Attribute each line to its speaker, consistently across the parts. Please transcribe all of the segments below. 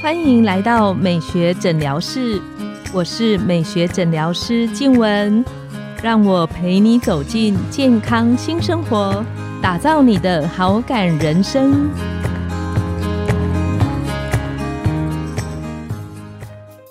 Speaker 1: 欢迎来到美学诊疗室，我是美学诊疗师静雯，让我陪你走进健康新生活，打造你的好感人生。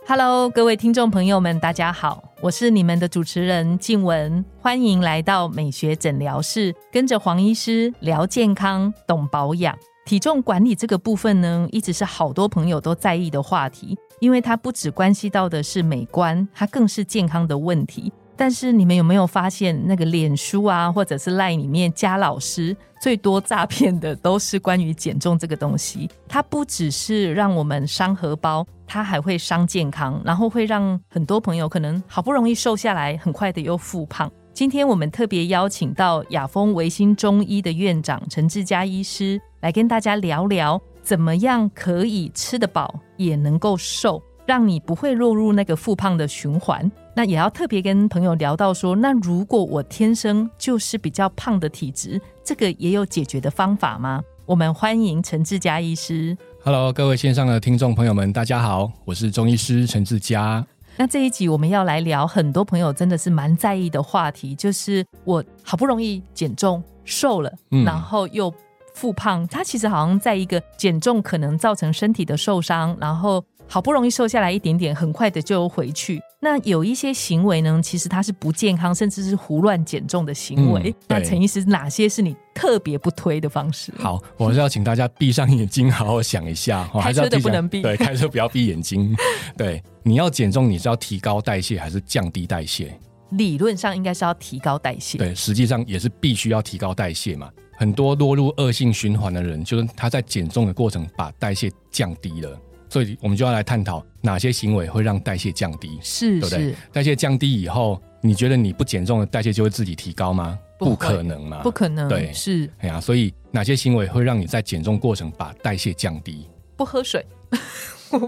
Speaker 1: Hello，各位听众朋友们，大家好，我是你们的主持人静雯，欢迎来到美学诊疗室，跟着黄医师聊健康，懂保养。体重管理这个部分呢，一直是好多朋友都在意的话题，因为它不只关系到的是美观，它更是健康的问题。但是你们有没有发现，那个脸书啊，或者是赖里面加老师最多诈骗的都是关于减重这个东西？它不只是让我们伤荷包，它还会伤健康，然后会让很多朋友可能好不容易瘦下来，很快的又复胖。今天我们特别邀请到雅丰维新中医的院长陈志佳医师来跟大家聊聊，怎么样可以吃得饱也能够瘦，让你不会落入那个复胖的循环。那也要特别跟朋友聊到说，那如果我天生就是比较胖的体质，这个也有解决的方法吗？我们欢迎陈志佳医师。
Speaker 2: Hello，各位线上的听众朋友们，大家好，我是中医师陈志佳。
Speaker 1: 那这一集我们要来聊很多朋友真的是蛮在意的话题，就是我好不容易减重瘦了，
Speaker 2: 嗯
Speaker 1: 然后又复胖，它其实好像在一个减重可能造成身体的受伤，然后好不容易瘦下来一点点，很快的就回去。那有一些行为呢，其实它是不健康，甚至是胡乱减重的行为。
Speaker 2: 嗯
Speaker 1: 那
Speaker 2: 对
Speaker 1: 陈医师，哪些是你特别不推的方式？
Speaker 2: 好，我是要请大家闭上眼睛，好好想一下。哦
Speaker 1: 开
Speaker 2: 还是要
Speaker 1: 车的
Speaker 2: 提醒
Speaker 1: 不能闭
Speaker 2: 对，开车不要闭眼睛。 对，你要减重，你是要提高代谢还是降低代谢？
Speaker 1: 理论上应该是要提高代谢。
Speaker 2: 对，实际上也是必须要提高代谢嘛。很多落入恶性循环的人，就是他在减重的过程把代谢降低了，所以我们就要来探讨哪些行为会让代谢降低。
Speaker 1: 是
Speaker 2: 对不
Speaker 1: 是
Speaker 2: 对，？代谢降低以后，你觉得你不减重的代谢就会自己提高吗？
Speaker 1: 不会
Speaker 2: 不可能嘛，
Speaker 1: 不可能，
Speaker 2: 对
Speaker 1: 是
Speaker 2: 哎呀，所以哪些行为会让你在减重过程把代谢降 低？
Speaker 1: 不喝水，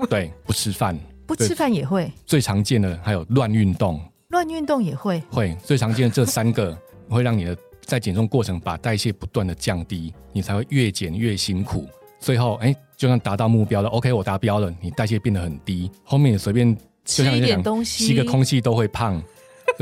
Speaker 2: 对，不吃饭，
Speaker 1: 不吃
Speaker 2: 对
Speaker 1: 饭也会。
Speaker 2: 最常见的还有乱运动，
Speaker 1: 乱运动也会，
Speaker 2: 会最常见的这三个 会让你的在减重过程把代谢不断的降低，你才会越减越辛苦。最后，哎，就算达到目标了，OK，我达标了，你代谢变得很低，后面也随便就
Speaker 1: 吃
Speaker 2: 像
Speaker 1: 一
Speaker 2: 人家
Speaker 1: 点
Speaker 2: 讲
Speaker 1: 东西，
Speaker 2: 吸个空气都会胖，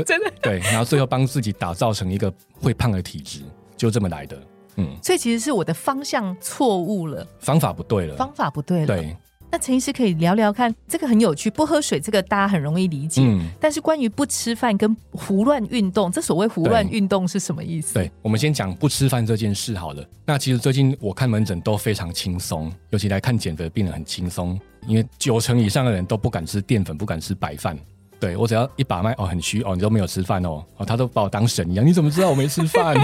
Speaker 1: 真的。
Speaker 2: 对， 然后最后帮自己打造成一个会胖的体质，就这么来的。嗯，
Speaker 1: 所以其实是我的方向错误了，
Speaker 2: 方法不对了，
Speaker 1: 方法不对了。，
Speaker 2: 对，
Speaker 1: 那陈医师可以聊聊看，这个很有趣。不喝水这个大家很容易理解，
Speaker 2: 嗯。
Speaker 1: 但是关于不吃饭跟胡乱运动，这所谓胡乱运动是什么意思？，
Speaker 2: 对，我们先讲不吃饭这件事好了。那其实最近我看门诊都非常轻松，尤其来看减肥的病人很轻松，因为九成以上的人都不敢吃淀粉，不敢吃白饭。对我只要一把脉，哦，很虚，哦，你都没有吃饭哦，哦，他都把我当神一样，你怎么知道我没吃 饭？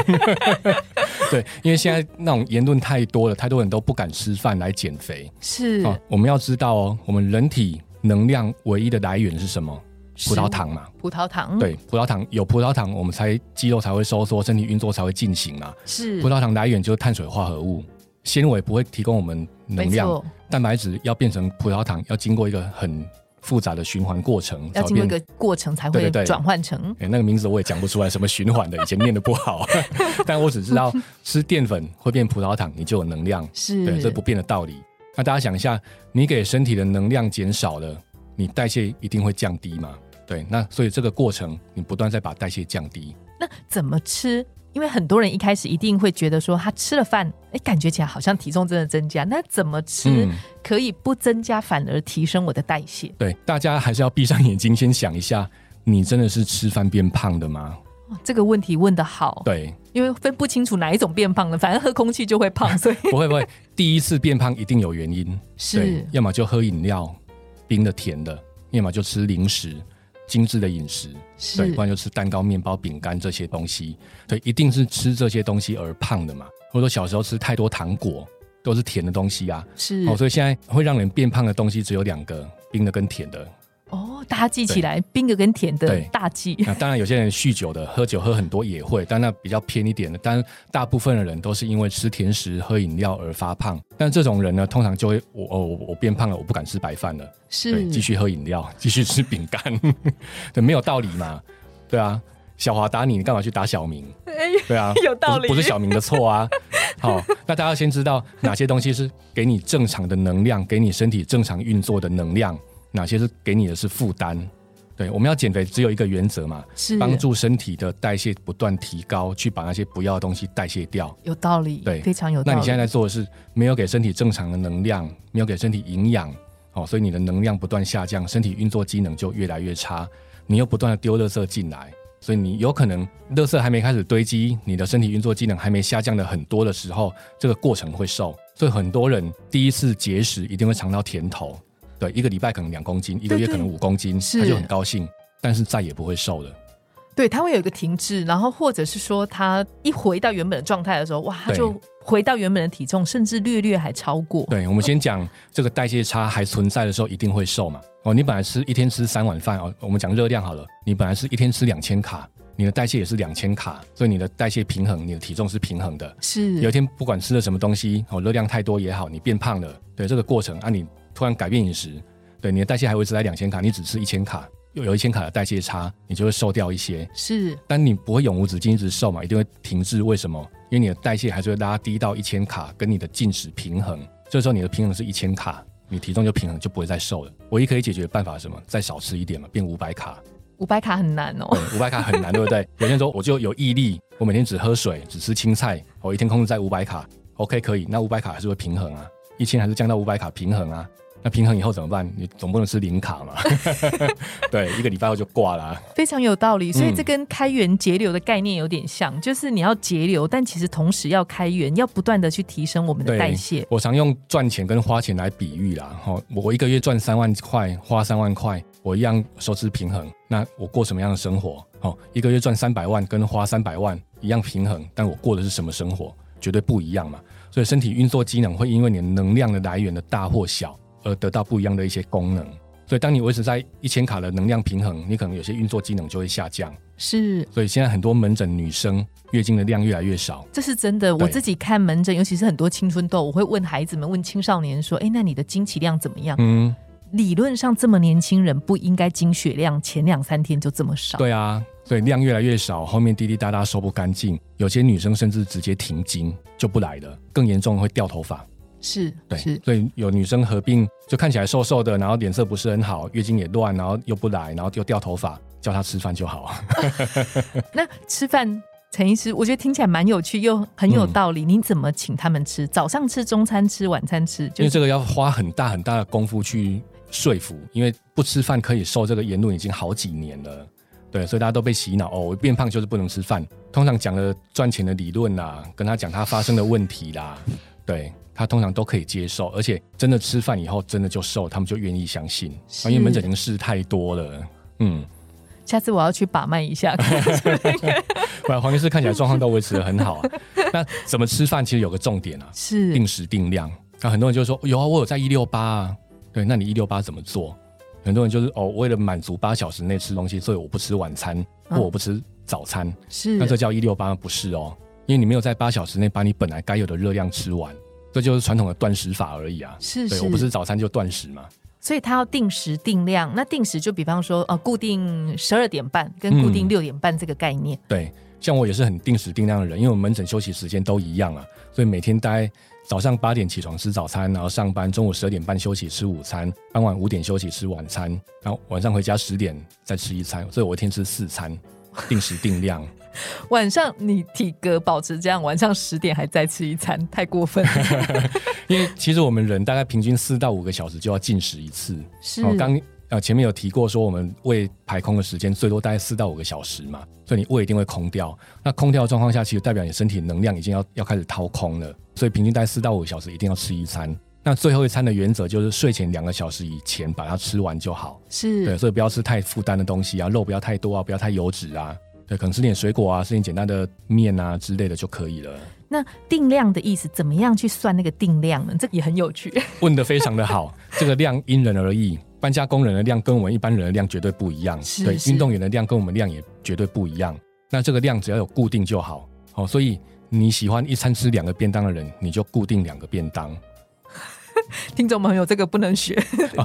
Speaker 2: 对，因为现在那种言论太多了，太多人都不敢吃饭来减肥。
Speaker 1: 是、
Speaker 2: 哦，我们要知道哦，我们人体能量唯一的来源是什么？
Speaker 1: 食
Speaker 2: 葡萄
Speaker 1: 物嗯
Speaker 2: 糖嘛。
Speaker 1: 葡萄糖，，
Speaker 2: 对，葡萄糖有葡萄糖，我们才肌肉才会收缩，身体运作才会进行嘛。
Speaker 1: 是
Speaker 2: 葡萄糖来源就是碳水化合物，纤维不会提供我们能
Speaker 1: 没
Speaker 2: 量
Speaker 1: 错，
Speaker 2: 蛋白质要变成葡萄糖，要经过一个很复杂的循环过程，
Speaker 1: 要
Speaker 2: 才
Speaker 1: 经过
Speaker 2: 变
Speaker 1: 一个过程才
Speaker 2: 对
Speaker 1: 会
Speaker 2: 对对
Speaker 1: 转换成
Speaker 2: 哎、那个名字我也讲不出来，什么循环的，以前念的 不好，但我只知道吃淀粉会变葡萄糖，你就有能量，对，
Speaker 1: 是
Speaker 2: 这不变的道理。那大家想一下，你给身体的能量减少了，你代谢一定会降低嘛？对，那所以这个过程，你不断在把代谢降低。
Speaker 1: 那怎么吃？因为很多人一开始一定会觉得说，他吃了饭，哎，感觉起来好像体重真的增加。那怎么吃
Speaker 2: 嗯
Speaker 1: 可以不增加，反而提升我的代谢？
Speaker 2: 对，大家还是要闭上眼睛，先想一下，你真的是吃饭变胖的吗？
Speaker 1: 哦这个问题问得好，
Speaker 2: 对，
Speaker 1: 因为分不清楚哪一种变胖了， 反正喝空气就会胖，所以
Speaker 2: 不会 不会，第一次变胖一定有原因，对
Speaker 1: 是，
Speaker 2: 要么就喝饮料，冰的、甜的，要么就吃零食。精致的饮食，对，
Speaker 1: 是
Speaker 2: 不然就吃蛋糕、面包、饼干这些东西，对，一定是吃这些东西而胖的嘛。或者说小时候吃太多糖果，都是甜的东西啊，
Speaker 1: 是
Speaker 2: 哦，所以现在会让人变胖的东西只有两个，冰的跟甜的。
Speaker 1: 哦，大家记起来，冰的跟甜的
Speaker 2: 对
Speaker 1: 大忌
Speaker 2: 那当然，有些人酗酒的，喝酒喝很多也会，但那比较偏一点的。但大部分的人都是因为吃甜食、喝饮料而发胖。但这种人呢，通常就会我哦，我我变胖了，我不敢吃白饭了，对，
Speaker 1: 是
Speaker 2: 继续喝饮料，继续吃饼干， 对，没有道理嘛，对啊。小华打你，你干嘛去打小明？
Speaker 1: 哎，
Speaker 2: 对啊，
Speaker 1: 有道理
Speaker 2: 不是不是小明的错啊，好、那大家先知道哪些东西是给你正常的能量，给你身体正常运作的能量，哪些是给你的是负担。对，我们要减肥只有一个原则嘛，
Speaker 1: 是
Speaker 2: 帮助身体的代谢不断提高，去把那些不要的东西代谢掉。
Speaker 1: 有道理，
Speaker 2: 对
Speaker 1: 非常有道
Speaker 2: 那
Speaker 1: 理。
Speaker 2: 你现在在做的是没有给身体正常的能量，没有给身体营养，哦，所以你的能量不断下降，身体运作机能就越来越差，你又不断的丢垃圾进来，所以你有可能垃圾还没开始堆积，你的身体运作机能还没下降的很多的时候，这个过程会瘦，所以很多人第一次节食一定会尝到甜头，对，一个礼拜可能两公斤，一个
Speaker 1: 对
Speaker 2: 月
Speaker 1: 对
Speaker 2: 可能五公斤，
Speaker 1: 是
Speaker 2: 他就很高兴，但是再也不会瘦了。
Speaker 1: 对，它会有一个停滞，然后或者是说它一回到原本的状态的时候，哇，它就回到原本的体重，甚至略略还超过。
Speaker 2: 对，我们先讲这个代谢差还存在的时候，一定会瘦嘛。哦，你本来吃一天吃三碗饭哦，我们讲热量好了，你本来是一天吃两千卡，你的代谢也是两千卡，所以你的代谢平衡，你的体重是平衡的。有一
Speaker 1: 是
Speaker 2: 天不管吃了什么东西，哦，热量太多也好，你变胖了，对这个过程啊，你突然改变饮食，对你的代谢还维持在两千卡，你只吃一千卡，又有一千卡的代谢差，你就会瘦掉一些。
Speaker 1: 是，
Speaker 2: 但你不会永无止境一直瘦嘛，一定会停滞。为什么？因为你的代谢还是会拉低到一千卡，跟你的进食平衡。这时候你的平衡是一千卡，你体重就平衡，就不会再瘦了。唯一可以解决的办法是什么？再少吃一点嘛，变五百卡。
Speaker 1: 五百卡很难哦。
Speaker 2: 对，五百卡很难，对不对？有些人说我就有毅力，我每天只喝水，只吃青菜，我一天控制在五百卡，OK 可以。那五百卡还是会平衡啊，一千还是降到五百卡平衡啊。那平衡以后怎么办？你总不能吃零卡嘛？ 对，一个礼拜后就挂了啊、
Speaker 1: 非常有道理，所以
Speaker 2: 嗯
Speaker 1: 这跟开源节流的概念有点像，就是你要节流，但其实同时要开源，要不断的去提升我们的
Speaker 2: 对，
Speaker 1: 代谢。
Speaker 2: 我常用赚钱跟花钱来比喻啦，哈，我我一个月赚三万块，花三万块，我一样收支平衡。那我过什么样的生活？哦，一个月赚三百万跟花三百万一样平衡，但我过的是什么生活？绝对不一样嘛。所以身体运作机能会因为你的能量的来源的大或小而得到不一样的一些功能。所以当你维持在一千卡的能量平衡，你可能有些运作机能就会下降。
Speaker 1: 是，
Speaker 2: 所以现在很多门诊女生月经的量越来越少，
Speaker 1: 这是真的。
Speaker 2: 对
Speaker 1: 我自己看门诊，尤其是很多青春痘，我会问孩子们、问青少年说：“哎，那你的经期量怎么样？”
Speaker 2: 嗯，
Speaker 1: 理论上，这么年轻人不应该经血量前两三天就这么少。
Speaker 2: 对啊，所以量越来越少，后面滴滴答答收不干净，有些女生甚至直接停经就不来了，更严重会掉头发。
Speaker 1: 是，
Speaker 2: 对，
Speaker 1: 是，
Speaker 2: 所以有女生合并就看起来瘦瘦的，然后脸色不是很好，月经也乱，然后又不来，然后又掉头发，叫她吃饭就好。
Speaker 1: 那吃饭，陈医师，我觉得听起来蛮有趣又很有道理。你怎么请他们吃？早上吃、中餐吃、晚餐吃？
Speaker 2: 因
Speaker 1: 就
Speaker 2: 为
Speaker 1: 是
Speaker 2: 这个要花很大很大的功夫去说服，因为不吃饭可以瘦这个言论已经好几年了，对，所以大家都被洗脑哦，我变胖就是不能吃饭。通常讲了赚钱的理论啦，跟他讲他发生的问题啦，对他通常都可以接受，而且真的吃饭以后真的就瘦，他们就愿意相信，啊
Speaker 1: 是
Speaker 2: 因为门诊已经事太多了，嗯。
Speaker 1: 下次我要去把脉一 下。
Speaker 2: 不然黄医师看起来状况都维持的很 好啊。那怎么吃饭其实有个重点啊，
Speaker 1: 是
Speaker 2: 定时定量。那很多人就说有啊，我有在一六八啊。对，那你一六八怎么做？很多人就是哦，为了满足八小时内吃东西，所以我不吃晚餐
Speaker 1: 嗯
Speaker 2: 或我不吃早餐，
Speaker 1: 是
Speaker 2: 那，这叫一六八不是哦，因为你没有在八小时内把你本来该有的热量吃完，这就是传统的断食法而已啊。
Speaker 1: 是
Speaker 2: 对
Speaker 1: 是，
Speaker 2: 我不吃早餐就断食嘛，
Speaker 1: 所以他要定时定量。那定时就比方说，呃，固定十二点半跟固定
Speaker 2: 嗯
Speaker 1: 六点半这个概念。
Speaker 2: 对，像我也是很定时定量的人，因为我们门诊休息时间都一样啊，所以每天大概早上八点起床吃早餐，然后上班，中午十二点半休息吃午餐，傍晚五点休息吃晚餐，然后晚上回家十点再吃一餐，所以我一天吃四餐，定时定量。
Speaker 1: 晚上你体格保持这样，晚上十点还再吃一餐，太过 分了。
Speaker 2: 因为其实我们人大概平均四到五个小时就要进食一次，
Speaker 1: 是，
Speaker 2: 哦，刚呃前面有提过说，我们胃排空的时间最多大概四到五个小时嘛，所以你胃一定会空掉。那空掉的状况下，其实代表你身体能量已经要要开始掏空了，所以平均大概四到五个小时一定要吃一餐。那最后一餐的原则就是睡前两个小时以前把它吃完就好。对，
Speaker 1: 是
Speaker 2: 所以不要吃太负担的东西啊，肉不要太多啊，不要太油脂啊。对，可能吃点水果啊，吃点简单的面啊之类的就可以了。
Speaker 1: 那定量的意思，怎么样去算那个定量呢？这个也很有趣。
Speaker 2: 问得非常的好，这个量因人而异，搬家工人的量跟我们一般人的量绝对不一样，
Speaker 1: 是
Speaker 2: 对，
Speaker 1: 是
Speaker 2: 运动员的量跟我们量也绝对不一样。那这个量只要有固定就好，好、所以你喜欢一餐吃两个便当的人，你就固定两个便当，
Speaker 1: 听众朋友，这个不能学，
Speaker 2: 啊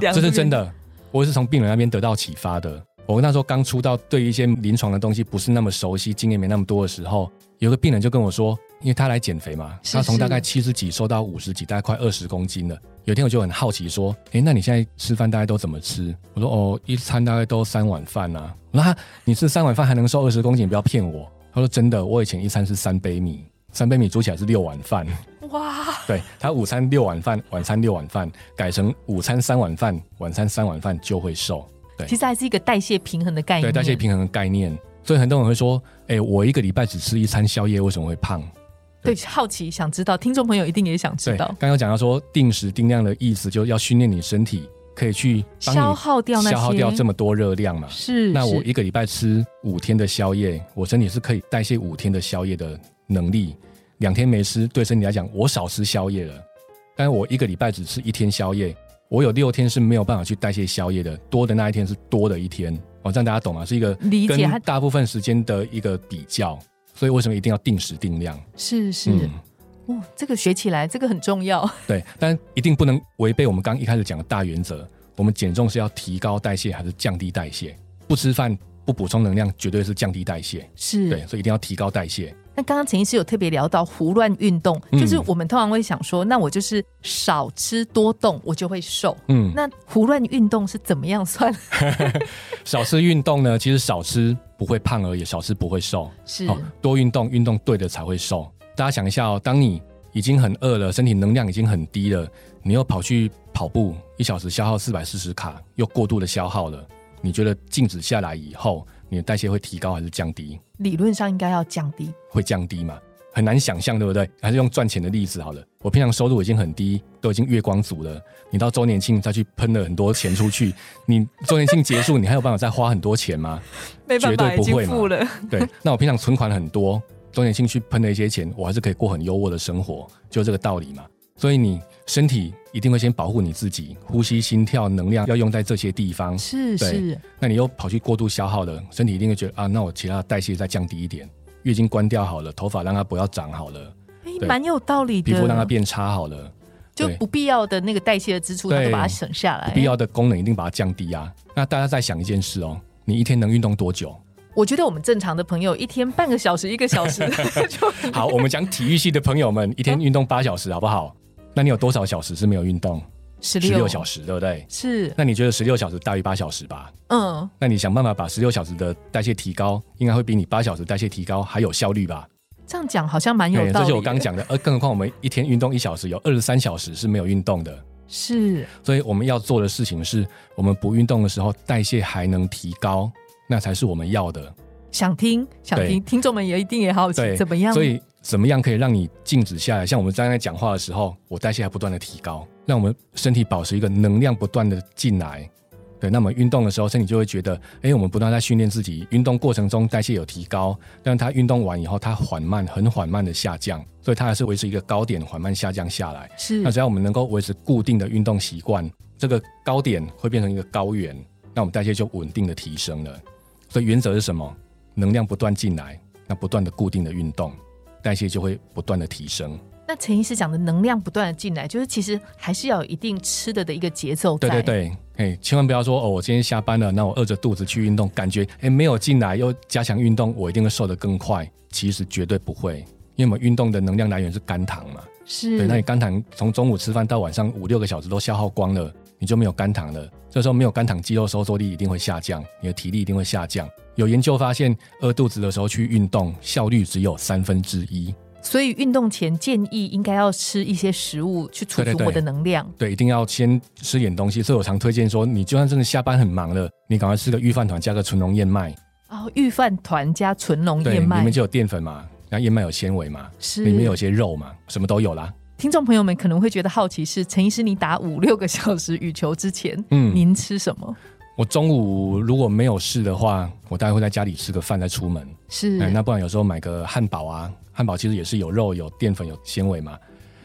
Speaker 1: 两
Speaker 2: 这
Speaker 1: 个
Speaker 2: 是真
Speaker 1: 月。
Speaker 2: 的。我是从病人那边得到启发的。我那时候刚出道，对于一些临床的东西不是那么熟悉，经验没那么多的时候，有个病人就跟我说，因为他来减肥嘛，
Speaker 1: 是
Speaker 2: 他从大
Speaker 1: 是
Speaker 2: 概七十几瘦到五十几，大概快二十公斤了。有一天我就很好奇说，诶，那你现在吃饭大概都怎么吃？我说哦，一餐大概都三碗饭啊。我说哈你吃三碗饭还能瘦二十公斤？你不要骗我。他说真的，我以前一餐是三杯米，三杯米煮起来是六碗饭。
Speaker 1: 哇，
Speaker 2: 对他午餐六碗饭，晚餐六碗饭，改成午餐三碗饭，晚餐三碗饭就会瘦。对
Speaker 1: 其实还是一个代谢平衡的概念，
Speaker 2: 对代谢平衡的概念，所以很多人会说，哎、我一个礼拜只吃一餐宵夜，为什么会胖？
Speaker 1: 对，好奇想知道，听众朋友一定也想
Speaker 2: 对，
Speaker 1: 知道
Speaker 2: 刚，刚有讲到说定时定量的意思，就是要训练你身体可以去帮
Speaker 1: 消
Speaker 2: 你
Speaker 1: 耗掉那些
Speaker 2: 消耗掉这么多热量嘛。
Speaker 1: 是
Speaker 2: 那我
Speaker 1: 嗯是
Speaker 2: 一个礼拜吃五天的宵夜，我身体是可以代谢五天的宵夜的能力。两天没吃，对身体来讲，我少吃宵夜了。但是我一个礼拜只吃一天宵夜，我有六天是没有办法去代谢宵夜的，多的那一天是多的一天。哦，这样大家懂吗？是一个
Speaker 1: 理解它
Speaker 2: 跟大部分时间的一个比较。所以为什么一定要定时定量？
Speaker 1: 是是、
Speaker 2: 嗯
Speaker 1: 哦，这个学起来这个很重要，
Speaker 2: 对，但一定不能违背我们刚一开始讲的大原则。我们减重是要提高代谢还是降低代谢？不吃饭不补充能量，绝对是降低代谢。
Speaker 1: 是
Speaker 2: 对，所以一定要提高代谢。
Speaker 1: 那刚刚陈医师有特别聊到胡乱运动，
Speaker 2: 嗯
Speaker 1: 就是我们通常会想说，那我就是少吃多动，我就会瘦。
Speaker 2: 嗯，
Speaker 1: 那胡乱运动是怎么样算？
Speaker 2: 少吃运动呢，其实少吃不会胖而已，少吃不会瘦。
Speaker 1: 是、
Speaker 2: 哦，多运动，运动对的才会瘦。大家想一下哦，当你已经很饿了，身体能量已经很低了，你又跑去跑步，一小时消耗四百四十卡，又过度的消耗了，你觉得静止下来以后，你的代谢会提高还是降低？
Speaker 1: 理论上应该要降低，
Speaker 2: 会降低嘛？很难想象，对不对？还是用赚钱的例子好了。我平常收入已经很低，都已经月光族了。你到周年庆再去喷了很多钱出去， 你周年庆结束，你还有办法再花很多钱吗？
Speaker 1: 没
Speaker 2: 办法绝对不会嘛已经付
Speaker 1: 了。
Speaker 2: 对，那我平常存款很多，周年庆去喷了一些钱，我还是可以过很优渥的生活，就这个道理嘛。所以你身体一定会先保护你自己，呼吸、心跳、能量要用在这些地方。
Speaker 1: 是
Speaker 2: 对
Speaker 1: 是，
Speaker 2: 那你又跑去过度消耗了，身体一定会觉得啊，那我其他的代谢再降低一点，月经关掉好了，头发让它不要长好了。
Speaker 1: 哎，
Speaker 2: 对
Speaker 1: 蛮有道理
Speaker 2: 皮
Speaker 1: 的。
Speaker 2: 肤让它变差好了，
Speaker 1: 就
Speaker 2: 对
Speaker 1: 不必要的那个代谢的支出，它
Speaker 2: 对
Speaker 1: 都把它省下来。
Speaker 2: 不必要的功能一定把它降低啊。那大家再想一件事哦，你一天能运动多久？
Speaker 1: 我觉得我们正常的朋友一天半个小时、一个小 时就很
Speaker 2: 好，我们讲体育系的朋友们，一天运动八小时好不好？那你有多少小时是没有运动？
Speaker 1: 十
Speaker 2: 十
Speaker 1: 六
Speaker 2: 六小时，对不对？
Speaker 1: 是
Speaker 2: 那你觉得十六小时大于八小时吧？
Speaker 1: 嗯，
Speaker 2: 那你想办法把十六小时的代谢提高，应该会比你八小时代谢提高还有效率吧？
Speaker 1: 这样讲好像蛮有
Speaker 2: 对
Speaker 1: 道理的。
Speaker 2: 这是我刚讲的。呃，更何况我们一天运动一小时，有二十三小时是没有运动的。
Speaker 1: 是
Speaker 2: 所以我们要做的事情是，我们不运动的时候，代谢还能提高，那才是我们要的。
Speaker 1: 想听想
Speaker 2: 对
Speaker 1: 听，听众们也一定也好奇
Speaker 2: 对，
Speaker 1: 怎么样？
Speaker 2: 所以怎么样可以让你静止下来？像我们刚才讲话的时候，我代谢还不断的提高，让我们身体保持一个能量不断的进来。对，那么运动的时候，身体就会觉得，哎，我们不断在训练自己，运动过程中代谢有提高，但它运动完以后，它缓慢、很缓慢的下降，所以它还是维持一个高点，缓慢下降下来。
Speaker 1: 是
Speaker 2: 那只要我们能够维持固定的运动习惯，这个高点会变成一个高原，那我们代谢就稳定的提升了。所以原则是什么？能量不断进来，那不断的固定的运动，代谢就会不断的提升。
Speaker 1: 那陈医师讲的能量不断的进来，就是其实还是要有一定吃的的一个节奏在。
Speaker 2: 对对对，哎，千万不要说哦，我今天下班了，那我饿着肚子去运动，感觉哎没有进来，又加强运动，我一定会瘦得更快。其实绝对不会，因为我们运动的能量来源是肝糖嘛。对，那
Speaker 1: 是
Speaker 2: 你肝糖从中午吃饭到晚上五六个小时都消耗光了，你就没有肝糖了。这时候没有肝糖，肌肉收缩力一定会下降，你的体力一定会下降。有研究发现，饿肚子的时候去运动，效率只有三分之一。
Speaker 1: 所以运动前建议应该要吃一些食物去储
Speaker 2: 对
Speaker 1: 存
Speaker 2: 对对
Speaker 1: 我的能量。
Speaker 2: 对，一定要先吃点东西。所以我常推荐说，你就算真的下班很忙了，你赶快吃个御饭团加个纯龙燕麦，
Speaker 1: 哦，御饭团加纯龙
Speaker 2: 对，
Speaker 1: 燕
Speaker 2: 里
Speaker 1: 麦
Speaker 2: 面就有淀粉嘛，然后燕麦有纤维嘛，
Speaker 1: 是
Speaker 2: 里面有些肉嘛，什么都有啦。
Speaker 1: 听众朋友们可能会觉得好奇是陈医师，你打五六个小时羽球之前，
Speaker 2: 嗯
Speaker 1: 您吃什么？
Speaker 2: 我中午如果没有事的话，我大概会在家里吃个饭再出门。
Speaker 1: 是、
Speaker 2: 哎，那不然有时候买个汉堡啊，汉堡其实也是有肉、有淀粉、有纤维嘛。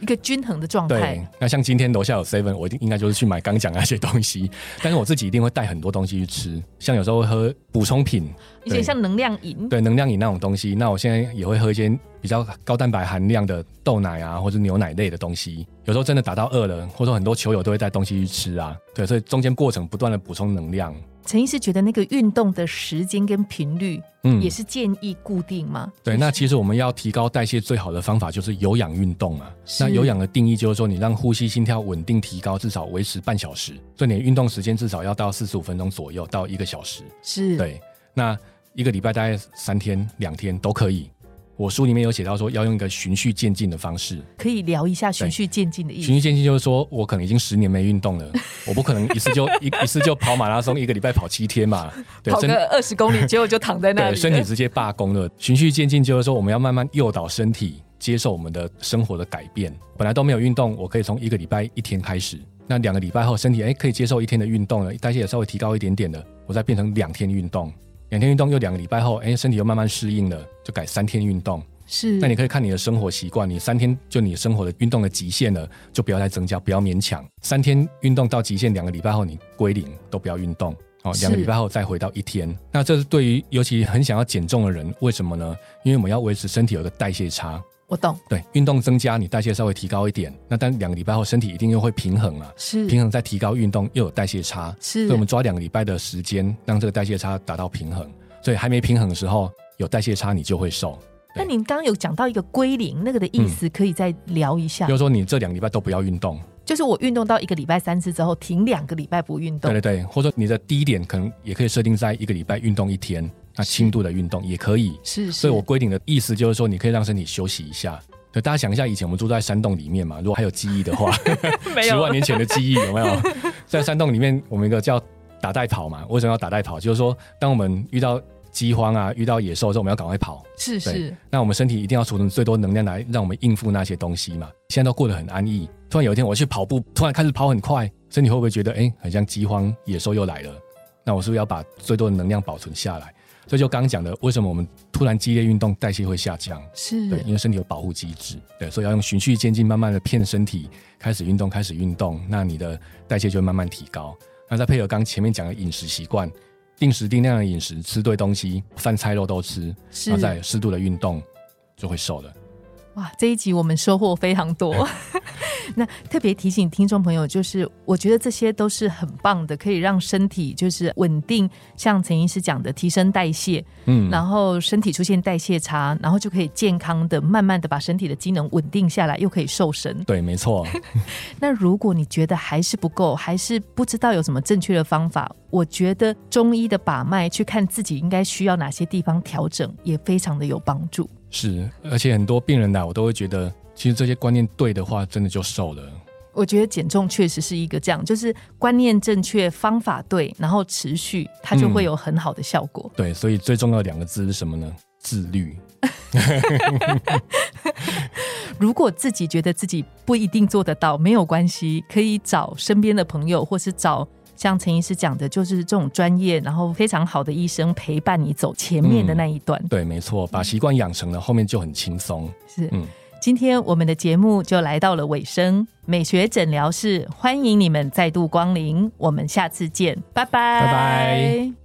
Speaker 1: 一个均衡的状
Speaker 2: 对
Speaker 1: 态。，
Speaker 2: 那像今天楼下有 seven，我一定应该就是去买刚讲的啊那些东西， 但是我自己一定会带很多东西去吃，像有时候会喝补充品，
Speaker 1: 一些像能量饮，
Speaker 2: 对能量饮那种东西。那我现在也会喝一些比比较高蛋白含量的豆奶啊，或者牛奶类的东西。有时候真的打到饿了，或者说很多球友都会带东西去吃啊。对，所以中间过程不断的补充能量。
Speaker 1: 陈医师觉得那个运动的时间跟频率
Speaker 2: 嗯
Speaker 1: 也是建议固定吗？
Speaker 2: 对，那其实我们要提高代谢最好的方法就是有氧运动啊。
Speaker 1: 是
Speaker 2: 那有氧的定义就是说，你让呼吸、心跳稳定提高，至少维持半小时，所以你的运动时间至少要到四十五分钟左右到一个小时。
Speaker 1: 是，
Speaker 2: 对，那一个礼拜大概三天、两天都可以。我书里面有写到说，要用一个循序渐进的方式。
Speaker 1: 可以聊一下循序渐进的意
Speaker 2: 循
Speaker 1: 思。
Speaker 2: 序渐进就是说，我可能已经十年没运动了，我不可能一次就一一次就跑马拉松，一个礼拜跑七天嘛。对，
Speaker 1: 跑
Speaker 2: 真
Speaker 1: 个二十公 里，结果就躺在那
Speaker 2: 对
Speaker 1: 里，
Speaker 2: 身体直接罢工了。循序渐进就是说，我们要慢慢诱导身体接受我们的生活的改变。本来都没有运动，我可以从一个礼拜一天开始，那两个礼拜后身体哎可以接受一天的运动了，代谢也稍微提高一点点了，我再变成两天运动。两天运动又两个礼拜后，哎，身体又慢慢适应了，就改三天运动。
Speaker 1: 是
Speaker 2: 那你可以看你的生活习惯，你三天就你生活的运动的极限了，就不要再增加，不要勉强。三天运动到极限，两个礼拜后你归零，都不要运动。哦，
Speaker 1: 是
Speaker 2: 两个礼拜后再回到一天，那这是对于尤其很想要减重的人，为什么呢？因为我们要维持身体有一个代谢差，
Speaker 1: 我懂，
Speaker 2: 对，运动增加，你代谢稍微提高一点，那但两个礼拜后身体一定又会平衡啊，
Speaker 1: 是
Speaker 2: 平衡再提高运动又有代谢差，所
Speaker 1: 嗯是
Speaker 2: 以我们抓两个礼拜的时间，让这个代谢差达到平衡。所以还没平衡的时候，有代谢差你就会瘦。
Speaker 1: 那您刚刚有讲到一个归零那个的意
Speaker 2: 嗯
Speaker 1: 思，可以再聊一下
Speaker 2: 比。如说你这两个礼拜都不要运动，
Speaker 1: 就是我运动到一个礼拜三次之后，停两个礼拜不运
Speaker 2: 对
Speaker 1: 动，
Speaker 2: 对对，或者你的低点可能也可以设定在一个礼拜运动一天，那轻度的运动也可以。
Speaker 1: 是是，
Speaker 2: 所以我规定的意思就是说，你可以让身体休息一下。对，大家想一下，以前我们住在山洞里面嘛，如果还有记忆的话，
Speaker 1: 没
Speaker 2: 十
Speaker 1: 有
Speaker 2: 万年前的记忆有没 有？在山洞里面，我们有一个叫打带跑嘛。为什么要打带跑？就是说，当我们遇到饥荒啊、遇到野兽的时候，我们要赶快跑。
Speaker 1: 是
Speaker 2: 对
Speaker 1: 是
Speaker 2: 那我们身体一定要储存最多能量来让我们应付那些东西嘛。现在都过得很安逸，突然有一天我去跑步，突然开始跑很快，身体会不会觉得哎、诶很像饥荒，野兽又来了？那我是不是要把最多的能量保存下来？所以就刚刚讲的，为什么我们突然激烈运动代谢会下降？
Speaker 1: 是
Speaker 2: 对，因为身体有保护机制，对，所以要用循序渐进，慢慢的骗身体开始运动，开始运动，那你的代谢就会慢慢提高。那再配合刚前面讲的饮食习惯，定时定量的饮食，吃对东西，饭菜肉都吃，
Speaker 1: 是
Speaker 2: 然后再适度的运动，就会瘦了。
Speaker 1: 哇，这一集我们收获非常多。 那特别提醒听众朋友，就是我觉得这些都是很棒的，可以让身体就是稳定，像陈医师讲的，提升代谢，
Speaker 2: 嗯，
Speaker 1: 然后身体出现代谢差，然后就可以健康的、慢慢的把身体的机能稳定下来，又可以瘦身。
Speaker 2: 对，没错，
Speaker 1: 那如果你觉得还是不够，还是不知道有什么正确的方法，我觉得中医的把脉去看自己应该需要哪些地方调整，也非常的有帮助。
Speaker 2: 是，而且很多病人来，啊我都会觉得，其实这些观念对的话，真的就瘦了。
Speaker 1: 我觉得减重确实是一个这样，就是观念正确、方法对，然后持续，它就会有很好的效果。
Speaker 2: 对，所以最重要的两个字是什么呢？自律。
Speaker 1: 如果自己觉得自己不一定做得到，没有关系，可以找身边的朋友，或是找像陈医师讲的，就是这种专业，然后非常好的医生陪伴你走前面的那一段。
Speaker 2: 对，没错，把习惯养成了，后面就很轻松。
Speaker 1: 是，
Speaker 2: 嗯
Speaker 1: 今天我们的节目就来到了尾声，美学诊疗室欢迎你们再度光临，我们下次见，拜拜，
Speaker 2: 拜拜。